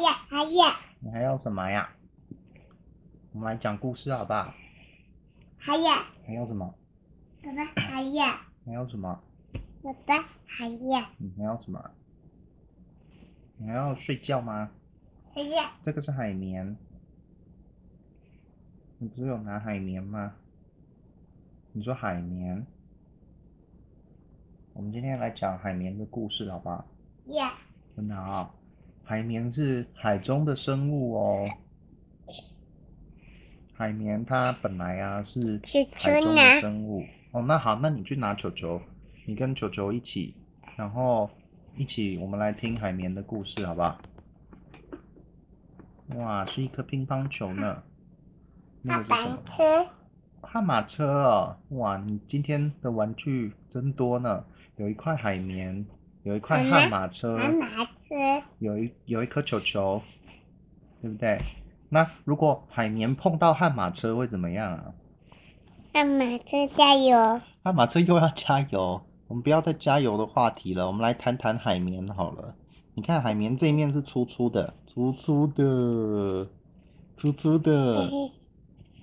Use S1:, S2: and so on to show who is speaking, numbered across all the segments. S1: 呀还呀
S2: 你还要什么呀？我们来讲故事好不好？
S1: 还呀，
S2: 还要什么？
S1: 爸爸还呀，
S2: 还要什么？
S1: 爸爸还呀
S2: 你还要什么？你还要睡觉吗？
S1: 还呀，
S2: 这个是海绵。你不是有拿海绵吗？你说海绵。我们今天来讲海绵的故事，好不好？
S1: 呀
S2: 真的啊、海绵是海中的生物哦。海绵它本来啊是
S1: 球球
S2: 海中
S1: 拿
S2: 的生物。哦，那好，那你去拿球球，你跟球球一起，然后一起我们来听海绵的故事，好不好？哇，是一颗乒乓球呢。那
S1: 爸
S2: 个是什么
S1: 爸？车，
S2: 悍马车哦，哇，你今天的玩具真多呢，有一块海绵，有一块
S1: 妈妈
S2: 悍马车。
S1: 妈妈车，
S2: 有一有一颗球球，对不对？那如果海绵碰到悍马车会怎么样啊？
S1: 妈妈车加油，
S2: 悍啊马车又要加油， 我们不要再加油的话题了，我们来谈谈海绵好了。你看海绵这一面是粗粗的，粗粗的，粗粗的。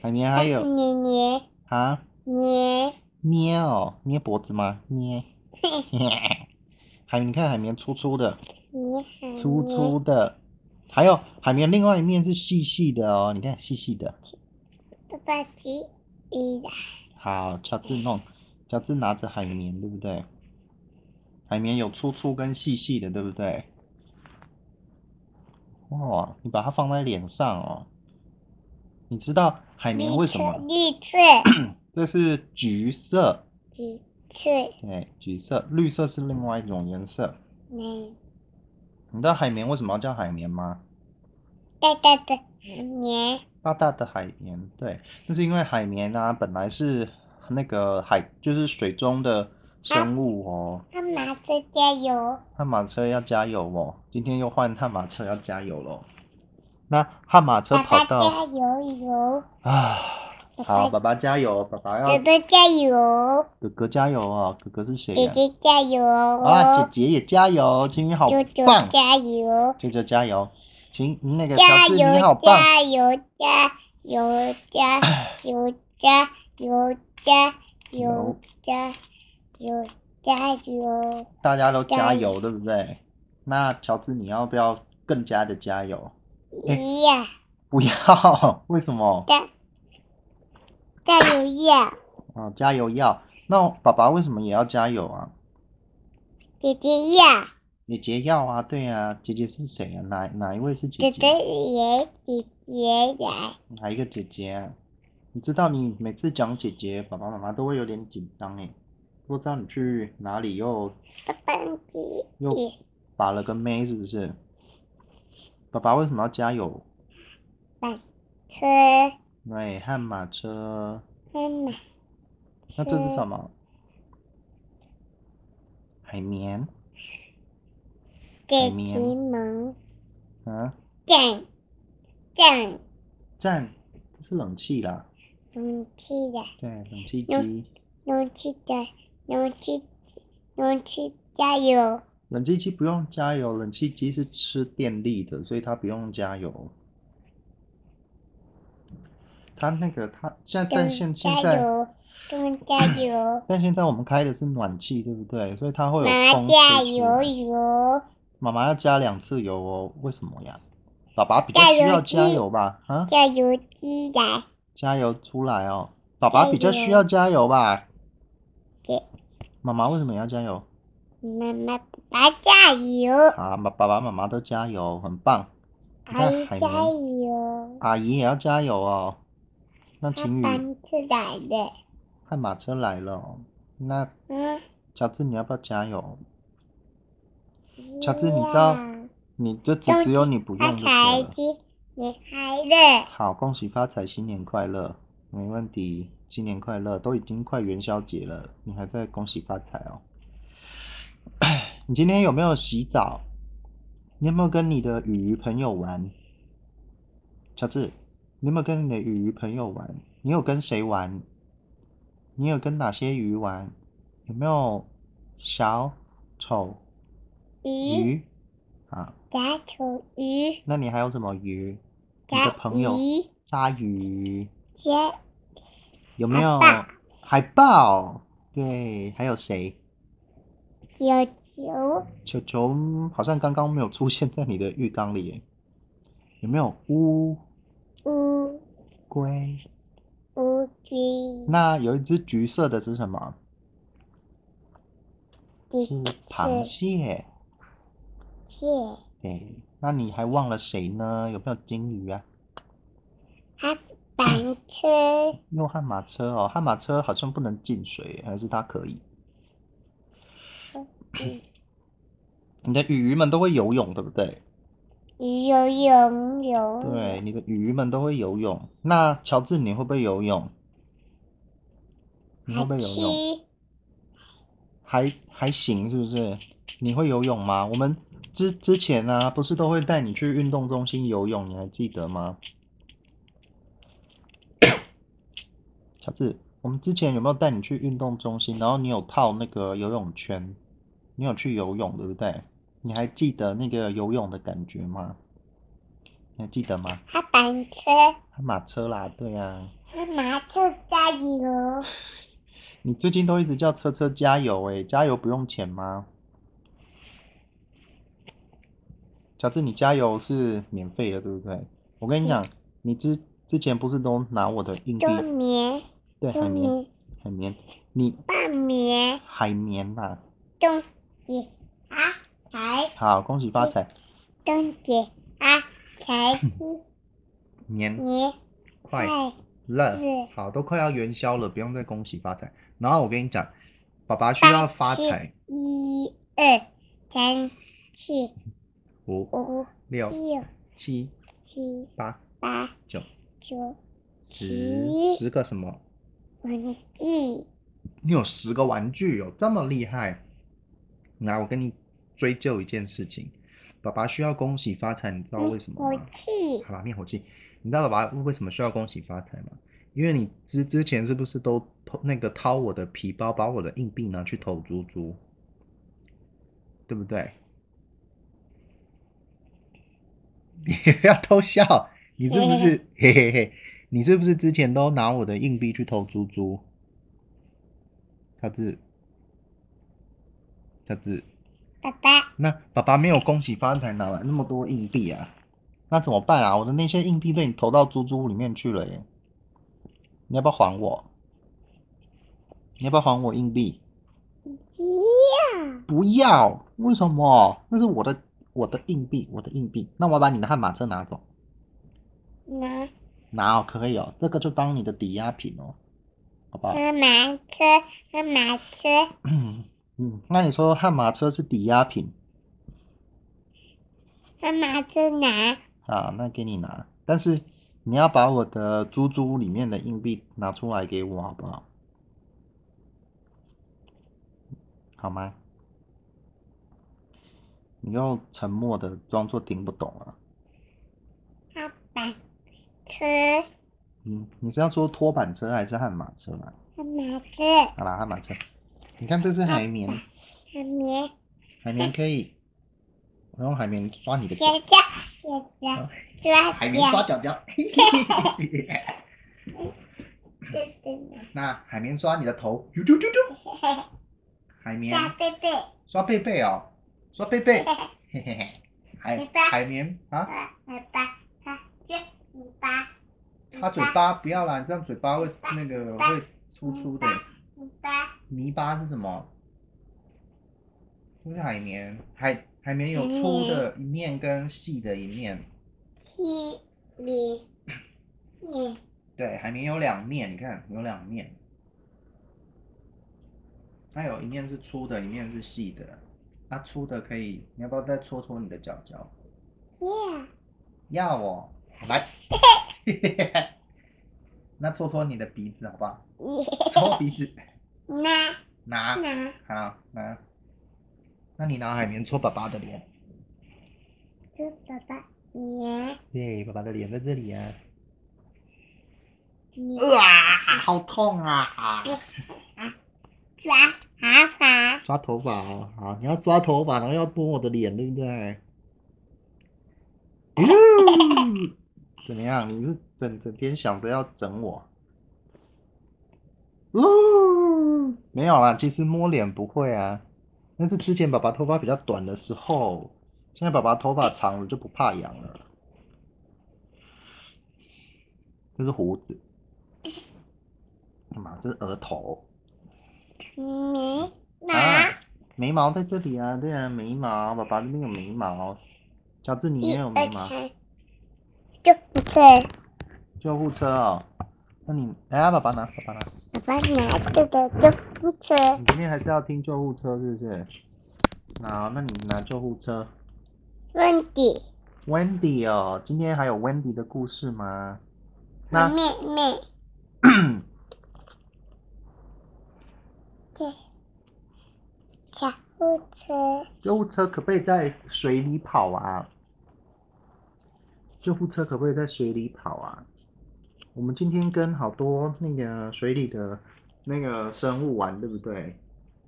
S2: 海绵还有
S1: 捏捏
S2: 啊，
S1: 捏，
S2: 捏哦，捏脖子吗？捏。 海，你看海绵粗粗的，
S1: 你好，
S2: 粗粗的，还有海绵另外一面是细细的哦，你看细细的。
S1: 爸爸急，咦呀，
S2: 好，乔治弄，乔治拿着海绵，对不对？海绵有粗粗跟细细的，对不对？哦，你把它放在脸上哦。你知道海绵为什么？
S1: 绿色，
S2: 这是橘色，
S1: 绿色，绿色，
S2: 对，橘色，绿色是另外一种颜色。
S1: 嗯，
S2: 你知道海绵为什么要叫海绵吗？
S1: 大大的海绵，
S2: 大大的海绵，对，那是因为海绵啊，本来是那个海，就是水中的生物哦。
S1: 妈妈车加油，
S2: 悍马车要加油哦！今天又换悍马车要加油喽。那悍马车
S1: 爸爸
S2: 跑到
S1: 加油油，
S2: 啊，好，爸爸加油，爸爸
S1: 哥
S2: 要
S1: 哥加油，
S2: 哥哥加油哦，哥哥是谁
S1: 姐
S2: 呀、
S1: 姐加油，
S2: 啊，姐姐也加油，晴雨好
S1: 舅舅
S2: 棒，
S1: 加油，
S2: 舅舅加油，晴那个
S1: 加
S2: 乔治你好
S1: 油
S2: 棒，
S1: 加油加油加油加油加油加油加油，
S2: 大家都
S1: 加
S2: 加
S1: 油
S2: 油，对不对？那乔治你要不要更加的加油？哎
S1: 咦呀，
S2: 不要， 为什么？
S1: 加加油呀，
S2: 啊，加油要。那爸爸为什么也要加油啊？
S1: 姐姐呀，
S2: 姐姐要啊，对啊，姐姐是谁啊？哪哪一位是
S1: 哥
S2: 姐姐？
S1: 哥也姐姐呀，
S2: 哪一个姐姐啊？你知道你每次讲姐姐，爸爸妈妈都会有点紧张哎，不知道你去哪里又
S1: 爸爸姐
S2: 又
S1: 姐
S2: 把了个妹是不是？爸爸为什么要加油？
S1: 车
S2: 对，悍马车，
S1: 妈妈，
S2: 那这是
S1: 车
S2: 什么？海绵？
S1: 给
S2: 海绵
S1: 皮萌
S2: 啊？
S1: 站站
S2: 站？这是冷气啦，
S1: 勇气呀。
S2: 对，冷气
S1: 有
S2: 机，
S1: 勇气的勇气，勇气加油！
S2: 冷气机不用加油，冷气机是吃电力的，所以它不用加油。它那个它现在但现现
S1: 加
S2: 在
S1: 油！更加油！
S2: 但现在我们开的是暖气，对不对？所以它会有
S1: 妈
S2: 风
S1: 妈加
S2: 吹出
S1: 油
S2: 来。
S1: 油！
S2: 妈妈要加两次油哦，为什么呀？爸爸比较
S1: 加
S2: 需
S1: 油
S2: 要加
S1: 机
S2: 油吧？啊，
S1: 加油机来！
S2: 加油出来哦！爸爸
S1: 加
S2: 比较需
S1: 油
S2: 要加油吧？
S1: 给
S2: 妈妈为什么要加油？
S1: 妈妈爸爸加油！
S2: 啊，妈爸爸妈妈都加油，很棒。你
S1: 阿
S2: 看
S1: 姨
S2: 海
S1: 哎加
S2: 绵。
S1: 油！
S2: 阿姨也要加油哦。那
S1: 他
S2: 晴雨
S1: 搬出来了。
S2: 悍马车来了哦，那
S1: 嗯。
S2: 乔治你要不要加油？乔治你知道你这只
S1: 都
S2: 只有你不用
S1: 发
S2: 就行
S1: 财
S2: 了。
S1: 机，你开乐，
S2: 好，恭喜发财，新年快乐，没问题，新年快乐，都已经快元宵节了，你还在恭喜发财哦。 你今天有没有洗澡？你有没有跟你的鱼朋友玩？乔治，你有没有跟你的鱼朋友玩？你有跟谁玩？你有跟哪些鱼玩？有没有小丑
S1: 咦，
S2: 鱼？啊，
S1: 炸丑鱼，
S2: 那你还有什么鱼？你的
S1: 炸
S2: 朋友
S1: 鱼，
S2: 鲨鱼
S1: 煎
S2: 有没有？
S1: 海
S2: 海豹，对，还有谁？
S1: 有球，
S2: 球球好像刚刚没有出现在你的浴缸里耶，有没有乌
S1: 乌
S2: 龟？
S1: 乌龟，
S2: 那有一只橘色的是什么？
S1: 第
S2: 是螃蟹。
S1: 蟹，
S2: 对，那你还忘了谁呢？有没有金鱼啊？
S1: 它板车，
S2: 用悍马车哦，悍马车好像不能进水，还是它可以？
S1: 嗯
S2: 你的鱼们都会游泳，对不对？
S1: 鱼游泳游，
S2: 对，，你的鱼们都会游泳。那乔治，你会不会游泳？你会不会游泳？
S1: 七
S2: 还还行，是不是？你会游泳吗？我们之之前呢、不是都会带你去运动中心游泳，你还记得吗？ 乔治，我们之前有没有带你去运动中心？然后你有套那个游泳圈，你有去游泳，对不对？你还记得那个游泳的感觉吗？你还记得吗？
S1: 它板车，
S2: 悍马车啦，对呀、啊。
S1: 它拿着加油，
S2: 你最近都一直叫车车加油诶、加油不用钱吗？乔治，你加油是免费的，对不对？我跟你讲，
S1: 嗯
S2: 你之之前不是都拿我的硬币
S1: 冬眠，
S2: 对海
S1: 冬
S2: 绵
S1: 眠，
S2: 海绵，你
S1: 半眠，
S2: 海绵啊呐、
S1: 冬也啊财，
S2: 好，恭喜发财，
S1: 嗯冬也啊财，新
S2: 年
S1: 年
S2: 快
S1: 快
S2: 乐
S1: 乐，
S2: 好，都快要元宵了，不用再恭喜发财。然后我跟你讲，爸爸需要发
S1: 八七
S2: 财，
S1: 一二三四
S2: 五
S1: 五
S2: 六
S1: 六
S2: 七
S1: 七
S2: 八
S1: 八
S2: 九
S1: 九，
S2: 十
S1: 十
S2: 十个什么？
S1: 文具
S2: 你有十个玩具，有这么厉害？来，我跟你追究一件事情，爸爸需要恭喜发财，你知道为什么吗
S1: 火？器
S2: 好吧，灭火器，你知道爸爸为什么需要恭喜发财吗？因为你之之前是不是都偷那个掏我的皮包，把我的硬币拿去投猪猪，对不对？ 你不要偷笑，你是不是？嘿嘿嘿，你是不是之前都拿我的硬币去投猪猪？乔治，乔治，
S1: 爸爸
S2: 那爸爸没有恭喜发财，哪来那么多硬币啊？那怎么办啊？我的那些硬币被你投到猪猪里面去了耶！你要不要还我？你要不要还我硬币？
S1: 一样，
S2: 不要，为什么？那是我的我的硬币，我的硬币。那我要把你的悍马车拿走，
S1: 拿
S2: 拿哦，可以哦，这个就当你的抵押品哦，好不好？
S1: 他拿车，他拿车，
S2: 嗯，那你说悍马车是抵押品
S1: 他拿着拿，
S2: 啊？那给你拿，但是你要把我的猪猪里面的硬币拿出来给我，好不好？好吗？你又沉默的装作听不懂啊。
S1: 他板车，
S2: 嗯，你是要说拖板车还是悍马车啊？
S1: 他拿着，
S2: 好啦，悍马车。你看这是海绵，
S1: 他棉，
S2: 海绵可以，我用海绵刷你的脚，
S1: 姐姐，姐姐，抓
S2: 海绵刷
S1: 抓，
S2: 脚脚。 那海绵刷你的头，啾啾啾啾。海绵
S1: 抓贝贝，
S2: 刷贝贝哦，刷贝 贝，
S1: 爸
S2: 嘿嘿嘿。海
S1: 贝贝
S2: 海绵啊，
S1: 爸，他接你爸，
S2: 擦嘴巴不要啦，你这样嘴巴会那个会粗粗的。
S1: 你爸，
S2: 泥巴是什么？不是海绵，海海绵有粗的一面跟细的一面。
S1: 西里，你
S2: 对，海绵有两面，你看有两面，它有一面是粗的，一面是细的。它、粗的可以，你要不要再搓搓你的脚脚？
S1: 这
S2: 要哦，来， 那搓搓你的鼻子好 不好？搓鼻子，
S1: 拿
S2: 拿，
S1: 拿
S2: 好，拿。那你拿海绵搓爸爸的脸。
S1: 这爸爸棉
S2: 对，爸爸的脸在这里啊。
S1: 棉。
S2: 啊，好痛啊！
S1: 抓蛤蟆，
S2: 抓头发哦，好，你要抓头发，然后要摸我的脸，对不对？怎么样？你是整整天想着要整我？呜，没有啦，其实摸脸不会啊，那是之前爸爸头发比较短的时候，现在爸爸头发长了就不怕痒了。这是胡子，干嘛？这是额头。
S1: 你
S2: 啊
S1: 拿，
S2: 眉毛在这里啊，对啊，眉毛，爸爸那边有眉毛，乔治你
S1: 一
S2: 也有
S1: 二
S2: 眉毛，
S1: 三，就不对，
S2: 救护车哦，那你来啊，爸爸拿，爸爸拿，
S1: 爸爸拿这个就不对，
S2: 你今天还是要听救护车是不是？好，那你拿救护车
S1: 问题，
S2: ，Wendy 哦，今天还有 Wendy 的故事吗？那
S1: 妹妹，对，小护车，
S2: 救护车可不可以在水里跑啊？救护车可不可以在水里跑啊？我们今天跟好多那个水里的那个生物玩，对不对？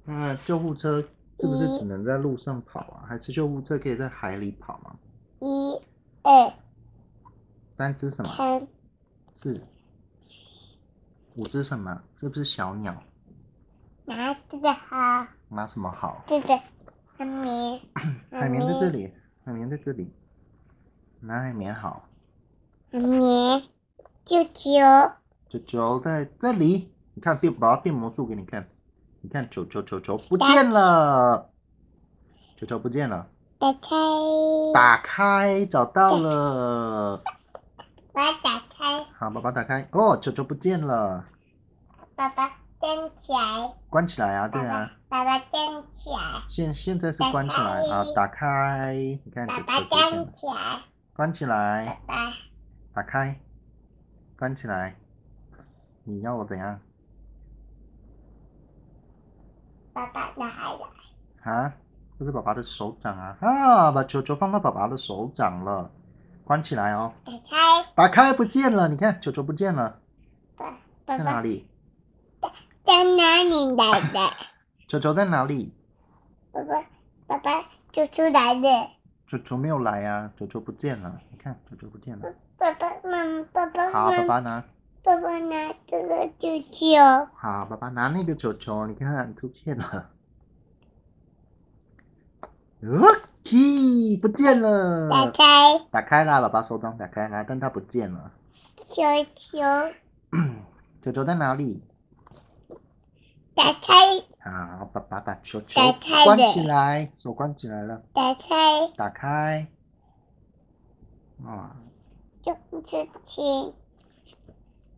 S2: 那救护车是不是只能在路上跑啊？还是救护车可以在海里跑啊？
S1: 一二
S2: 三只什么？
S1: 三，
S2: 四，五只什么？这不是小鸟？
S1: 拿这个好，
S2: 拿什么好？，
S1: 这个还没
S2: 海绵在这
S1: 哦
S2: 里，海绵在这里，拿海绵好。
S1: 还没，舅舅。
S2: 球球在这里，你看变，把它变魔术给你看。你看球球球球不
S1: 打
S2: 见了，球球不见了，
S1: 打开，
S2: 打开找到了。
S1: 我要打开，
S2: 好，爸爸打开，哦，球球不见了，
S1: 爸爸站起来，
S2: 关起来啊，对
S1: 爸爸、
S2: 啊，
S1: 爸爸站起来，
S2: 现现在是关起来
S1: 打
S2: 啊
S1: 开，
S2: 打开，你看球
S1: 爸
S2: 球
S1: 爸
S2: 不见
S1: 站
S2: 了，
S1: 起来，
S2: 关起
S1: 爸
S2: 来，
S1: 爸
S2: 打开，关起来，你要我怎样
S1: 爸爸拿来了，
S2: 啊？这是爸爸的手掌啊，啊，把球球放到爸爸的手掌了，关起来哦。
S1: 打开，
S2: 打开不见了，你看球球不见了，
S1: 爸
S2: 在
S1: 爸
S2: 哪
S1: 爸
S2: 里？
S1: 在哪里来的？
S2: 球球在哪里？
S1: 爸爸爸爸就出来了，
S2: 球球没有来啊，球球不见了，你看球球不见了。
S1: 爸爸妈妈爸爸妈
S2: 好，爸
S1: 妈
S2: 爸拿，
S1: 爸爸拿这个舅舅，
S2: 好，爸爸拿那个球球，你看出现了。OK，不见
S1: 打
S2: 了。
S1: 开，
S2: 打开啦，爸爸手掌打开啦，但它不见了。
S1: 舅舅
S2: 球球在哪里？
S1: 打开
S2: 好，爸爸把球球
S1: 打开了
S2: 关起来，手关起来了，
S1: 打开，
S2: 打开。啊，
S1: 就不吃青，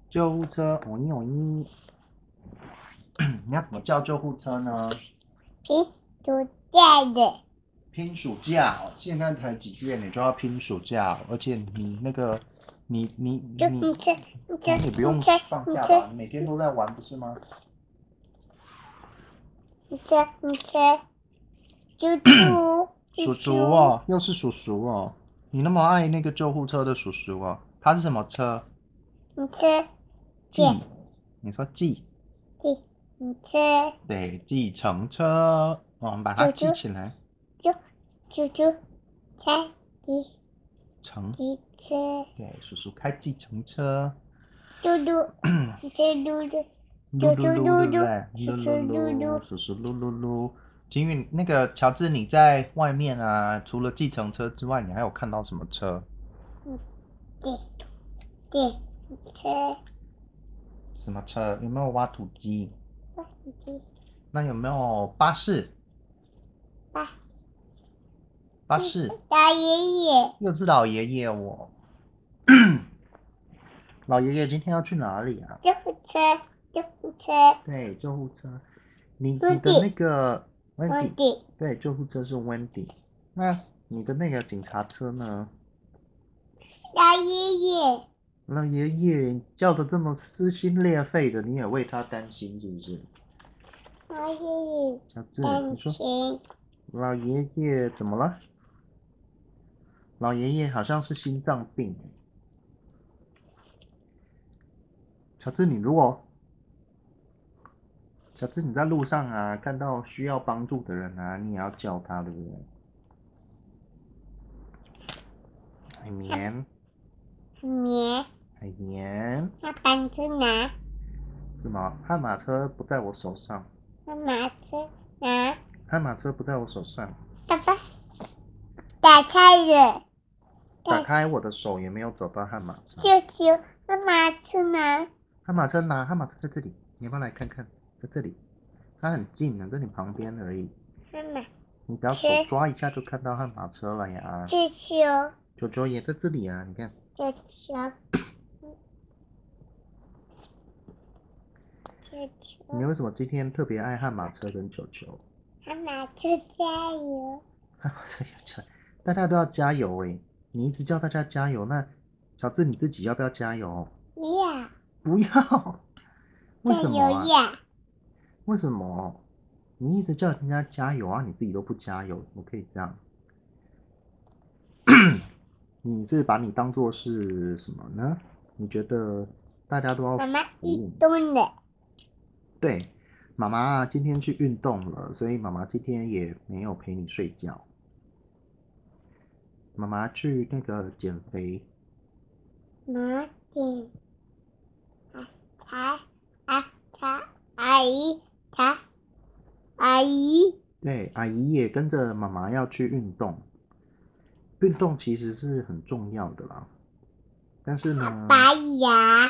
S2: 救护车，我一我一。 你要怎么叫救护车呢？
S1: 平不在的。
S2: 拼暑假哦，现在才几月，你就要拼暑假哦，而且你那个，你你
S1: 就你
S2: 你，
S1: 这你这
S2: 你
S1: 你
S2: 不用
S1: 这
S2: 放
S1: 你
S2: 假吧？
S1: 这
S2: 你每天都在玩，不是吗？
S1: 你这你这，猪猪
S2: 叔叔，哦，又是叔叔哦，你那么爱那个救护车的叔叔哦，他是什么车？
S1: 你这
S2: 计
S1: 对，
S2: 你说计，
S1: 你这
S2: 对，计程车，哦我们把它
S1: 舅
S2: 记
S1: 舅
S2: 起来，
S1: 猪猪，开你
S2: 乘，
S1: 你这
S2: 对，叔叔开计程车，
S1: 嘟嘟，你这嘟嘟，嘟嘟
S2: 噜噜噜，对不对？
S1: 嘟
S2: 噜噜
S1: 嘟
S2: 噜，叔叔噜噜噜。金玉，那个乔治，你在外面啊，除了计程车之外，你还有看到什么车？
S1: 对对，你这
S2: 什么车？有没有挖土机？
S1: 哇你这
S2: 那有没有巴士？
S1: 哇，
S2: 巴士
S1: 大爷爷，
S2: 又是老爷爷我。老爷爷今天要去哪里啊？
S1: 救护车，救护车，
S2: 对，救护车。你你
S1: Wendy
S2: 的那个
S1: 我
S2: Wendy，
S1: 的
S2: 对，救护车是 Wendy。那你的那个警察车呢？
S1: 大爷爷，
S2: 老爷爷叫的这么撕心裂肺的，你也为他担心是不是？
S1: 大爷爷，
S2: 小志，
S1: 感
S2: 你说
S1: 情
S2: 老爷爷怎么了？老爷爷好像是心脏病。小智，你如果小智你在路上啊，看到需要帮助的人啊，你也要叫他，对不对？海绵，
S1: 绵，
S2: 海绵，
S1: 那板子拿，
S2: 什么？悍马车不在我手上，
S1: 那马子拿，
S2: 悍马车不在我手上，
S1: 爸爸，打开了，
S2: 打
S1: 对
S2: 开我的手也没有走到悍马车。
S1: 舅舅，那马子拿，
S2: 悍马车哪？悍马车在这里，你要不要来看看？在这里，它很近啊呢，在你旁边而已。
S1: 那马，
S2: 你只要手
S1: 是
S2: 抓一下就看到悍马车了呀。
S1: 舅舅，
S2: 九九也在这里啊，你看，
S1: 舅舅，舅
S2: 你
S1: 舅，
S2: 为什么今天特别爱悍马车跟九九？
S1: 那马子加油，
S2: 悍马车有加，大家都要加油诶、你一直叫大家加油，那小智你自己要不要加油？
S1: 呀，
S2: 不要，为
S1: 加
S2: 什么、
S1: 油
S2: 啊？
S1: 呀，
S2: 为什么？你一直叫人家加油啊，你自己都不加油，怎么可以这样？ 你是把你当做是什么呢？你觉得大家都要
S1: 妈妈
S2: 服
S1: 一
S2: 务你
S1: 吨的，
S2: 对，妈妈今天去运动了，所以妈妈今天也没有陪你睡觉。妈妈去那个减肥，
S1: 拿点，啊，他啊他阿姨他阿姨
S2: 对，阿姨也跟着妈妈要去运动。运动其实是很重要的啦，但是呢，
S1: 拔牙，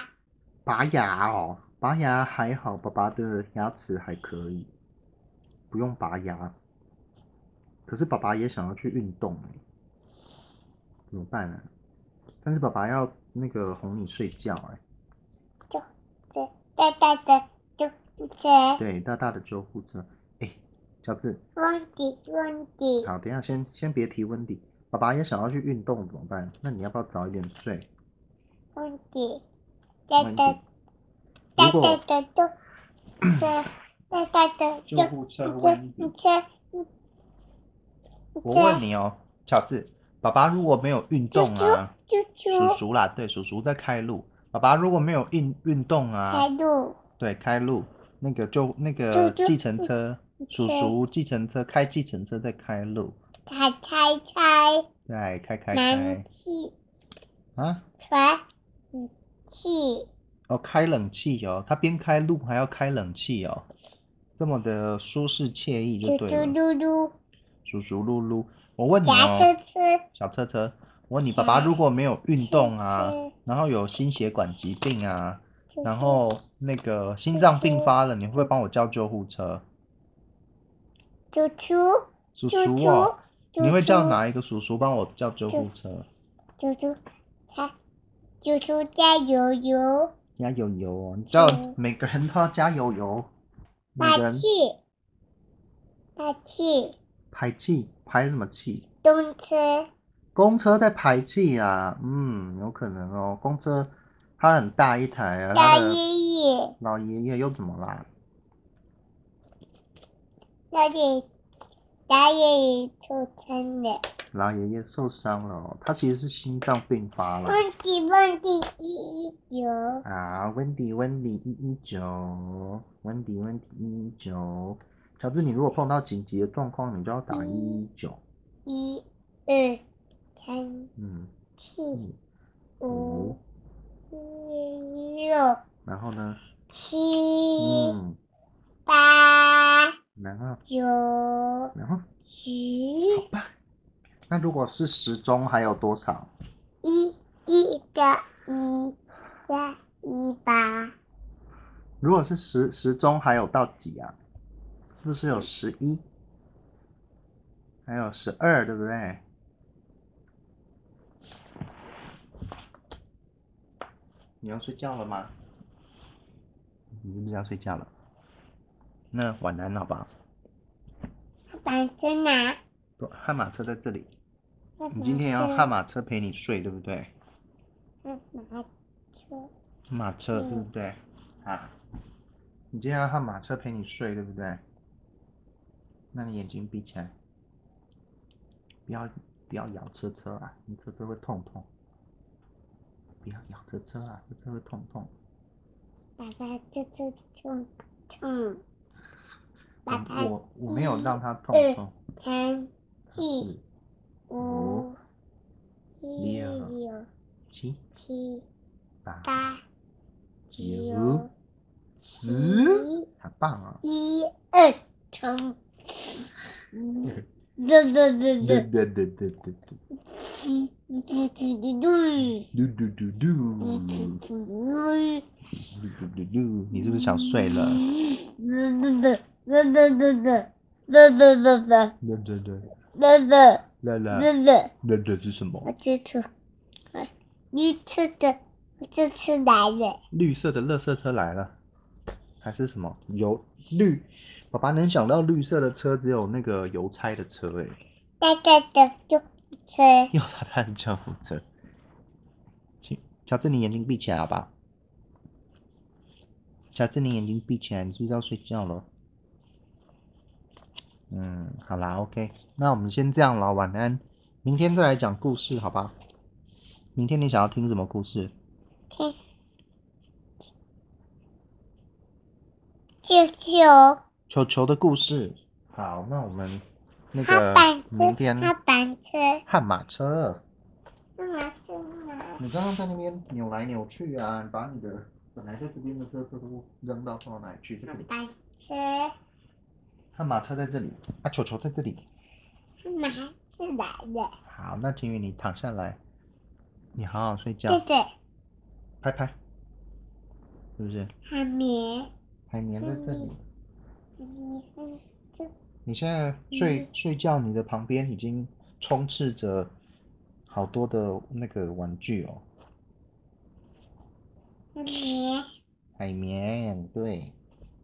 S2: 拔牙哦，拔牙还好，爸爸的牙齿还可以，不用拔牙。可是爸爸也想要去运动欸怎么办呢、啊但是爸爸要那个哄你睡觉哎、
S1: 对对对对，就这
S2: 对，大大的救护车，哎、小智，
S1: 问题问题，
S2: 好，等一下先先别提温迪，爸爸也想要去运动怎么办？那你要不要早一点睡？
S1: 问题，对
S2: 温迪
S1: 对，对对
S2: 如果
S1: 对对，这对对对
S2: 救
S1: 对，
S2: 护车温
S1: 你
S2: 迪
S1: 这你
S2: 我
S1: 这
S2: 问你哦，小智，爸爸如果没有运动啊，
S1: 这
S2: 叔
S1: 猪猪
S2: 叔啦，对，叔叔在开路，爸爸如果没有运运动
S1: 开
S2: 啊，
S1: 路，
S2: 对，开路，那个就那个
S1: 就嗯
S2: 计程车，叔
S1: 车
S2: 叔计程车开计程车在开路，
S1: 开开开，
S2: 对，开开
S1: 燃
S2: 开
S1: 气
S2: 啊，
S1: 传嗯气。
S2: 哦，开冷气哦，他边开路还要开冷气哦，这么的舒适惬意
S1: 嘟
S2: 就
S1: 嘟
S2: 对了，
S1: 嘟嘟，
S2: 叔叔噜噜，我问你
S1: 牙
S2: 哦，
S1: 车车，
S2: 小车车，我问你，爸爸如果没有运动啊
S1: 是是，
S2: 然后有心血管疾病啊，
S1: 嘟嘟
S2: 然后那个心脏病发了，你会不会帮我叫救护车？
S1: 嘟嘟
S2: 叔
S1: 嘟
S2: 叔
S1: 嘟
S2: 哦，，你会叫
S1: 嘟嘟？
S2: 哪一个叔叔帮我叫救护车？
S1: 嘟嘟，他嘟嘟加油油，
S2: 加油油哦，你叫每个人都要加油油，每
S1: 大
S2: 个人
S1: 气大气，
S2: 排气排什么气？
S1: 动车
S2: 公车在排气啊，嗯，有可能哦，公车它很大一台啊，它
S1: 大
S2: 的
S1: 爷爷，
S2: 老爷爷又怎么啦？
S1: 那里大爷爷出生的，
S2: 老爷爷受伤了哦，他其实是心脏病发了。
S1: 问题问题一一九，
S2: 啊，温迪温迪一一九，温迪温迪一一九。乔治，你如果碰到紧急的状况，你就要打一一九。
S1: 一二三
S2: 嗯，
S1: 四
S2: 嗯
S1: 五六
S2: 然后呢？
S1: 七
S2: 嗯，
S1: 八。
S2: 然后
S1: 九
S2: 然后
S1: 十
S2: 好吧。那如果是时钟还有多少？
S1: 一一个一加一八
S2: 如果是时时钟还有到几啊？是不是有十一？还有十二，对不对？你要睡觉了吗？你是不是要睡觉了？那晚安，好不好？
S1: 板子拿。
S2: 不，悍马车在这里。你嗯今天也要悍马车陪你睡，对不对？
S1: 马车
S2: 悍马车，
S1: 嗯
S2: 对不对？啊，你今天要悍马车陪你睡，对不对？那你眼睛闭起来，不要不要摇车车啊，你车车会痛痛。不要摇车车啊，车车会痛痛。
S1: 爸爸这这冲冲，
S2: 我
S1: 爸爸
S2: 我我没有让它痛
S1: 一
S2: 痛。
S1: 三
S2: 是
S1: 四五
S2: 六
S1: 六
S2: 七
S1: 七
S2: 八
S1: 八
S2: 九
S1: 九
S2: 十，好棒哦！
S1: 一二成，嗯，对对对
S2: 嘟
S1: 对，
S2: 嘟嘟嘟嘟嘟
S1: 七七七七对，
S2: 嘟嘟嘟嘟
S1: 七七七对。
S2: 嘟嘟嘟嘟，你是不是想睡了？啦啦啦啦
S1: 嗯
S2: 啦啦啦是什
S1: 我
S2: 么？
S1: 这次，哎绿色的，我这次来了，
S2: 绿色的垃圾车来了，还是什么邮绿？爸爸能想到绿色的车只有那个邮差的车哎、
S1: 大概的就车，
S2: 要他探照负责。请乔治，你眼睛闭起来好不好？乔治，你眼睛闭起来，你是不是要睡觉了？嗯，好啦，OK，那我们先这样了，晚安。明天再来讲故事，好吧？明天你想要听什么故事？
S1: 天，舅舅，
S2: 球球的故事。好，那我们那
S1: 他
S2: 个
S1: 板
S2: 明
S1: 车，
S2: 天
S1: 他板车，
S2: 悍马车。
S1: 干嘛去嘛？
S2: 你刚刚在那边扭来扭去啊，把你的本来在这边的车车都扔到放到哪里去？这
S1: 他
S2: 里，
S1: 板车，
S2: 悍马车在这里，啊，球球在这里。
S1: 干嘛去来了？
S2: 好，那晴雨你躺下来，你好好睡
S1: 这
S2: 觉，
S1: 个
S2: 拍拍，是不是？
S1: 海绵，
S2: 海绵在这里
S1: 嗯，嗯嗯
S2: 你现在睡、
S1: 嗯
S2: 睡觉，你的旁边已经充斥着好多的那个玩具哦，
S1: 海绵。
S2: 海绵，对，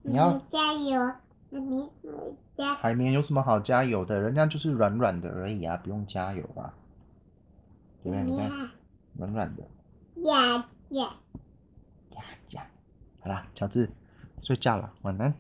S2: 你
S1: 你
S2: 要
S1: 加油，你我加
S2: 海绵有什么好加油的？人家就是软软的而已啊，不用加油啊。对不对？你
S1: 你
S2: 看，
S1: 好
S2: 软软的，
S1: 呀呀。
S2: 呀呀。好啦，乔治，睡觉了，晚安。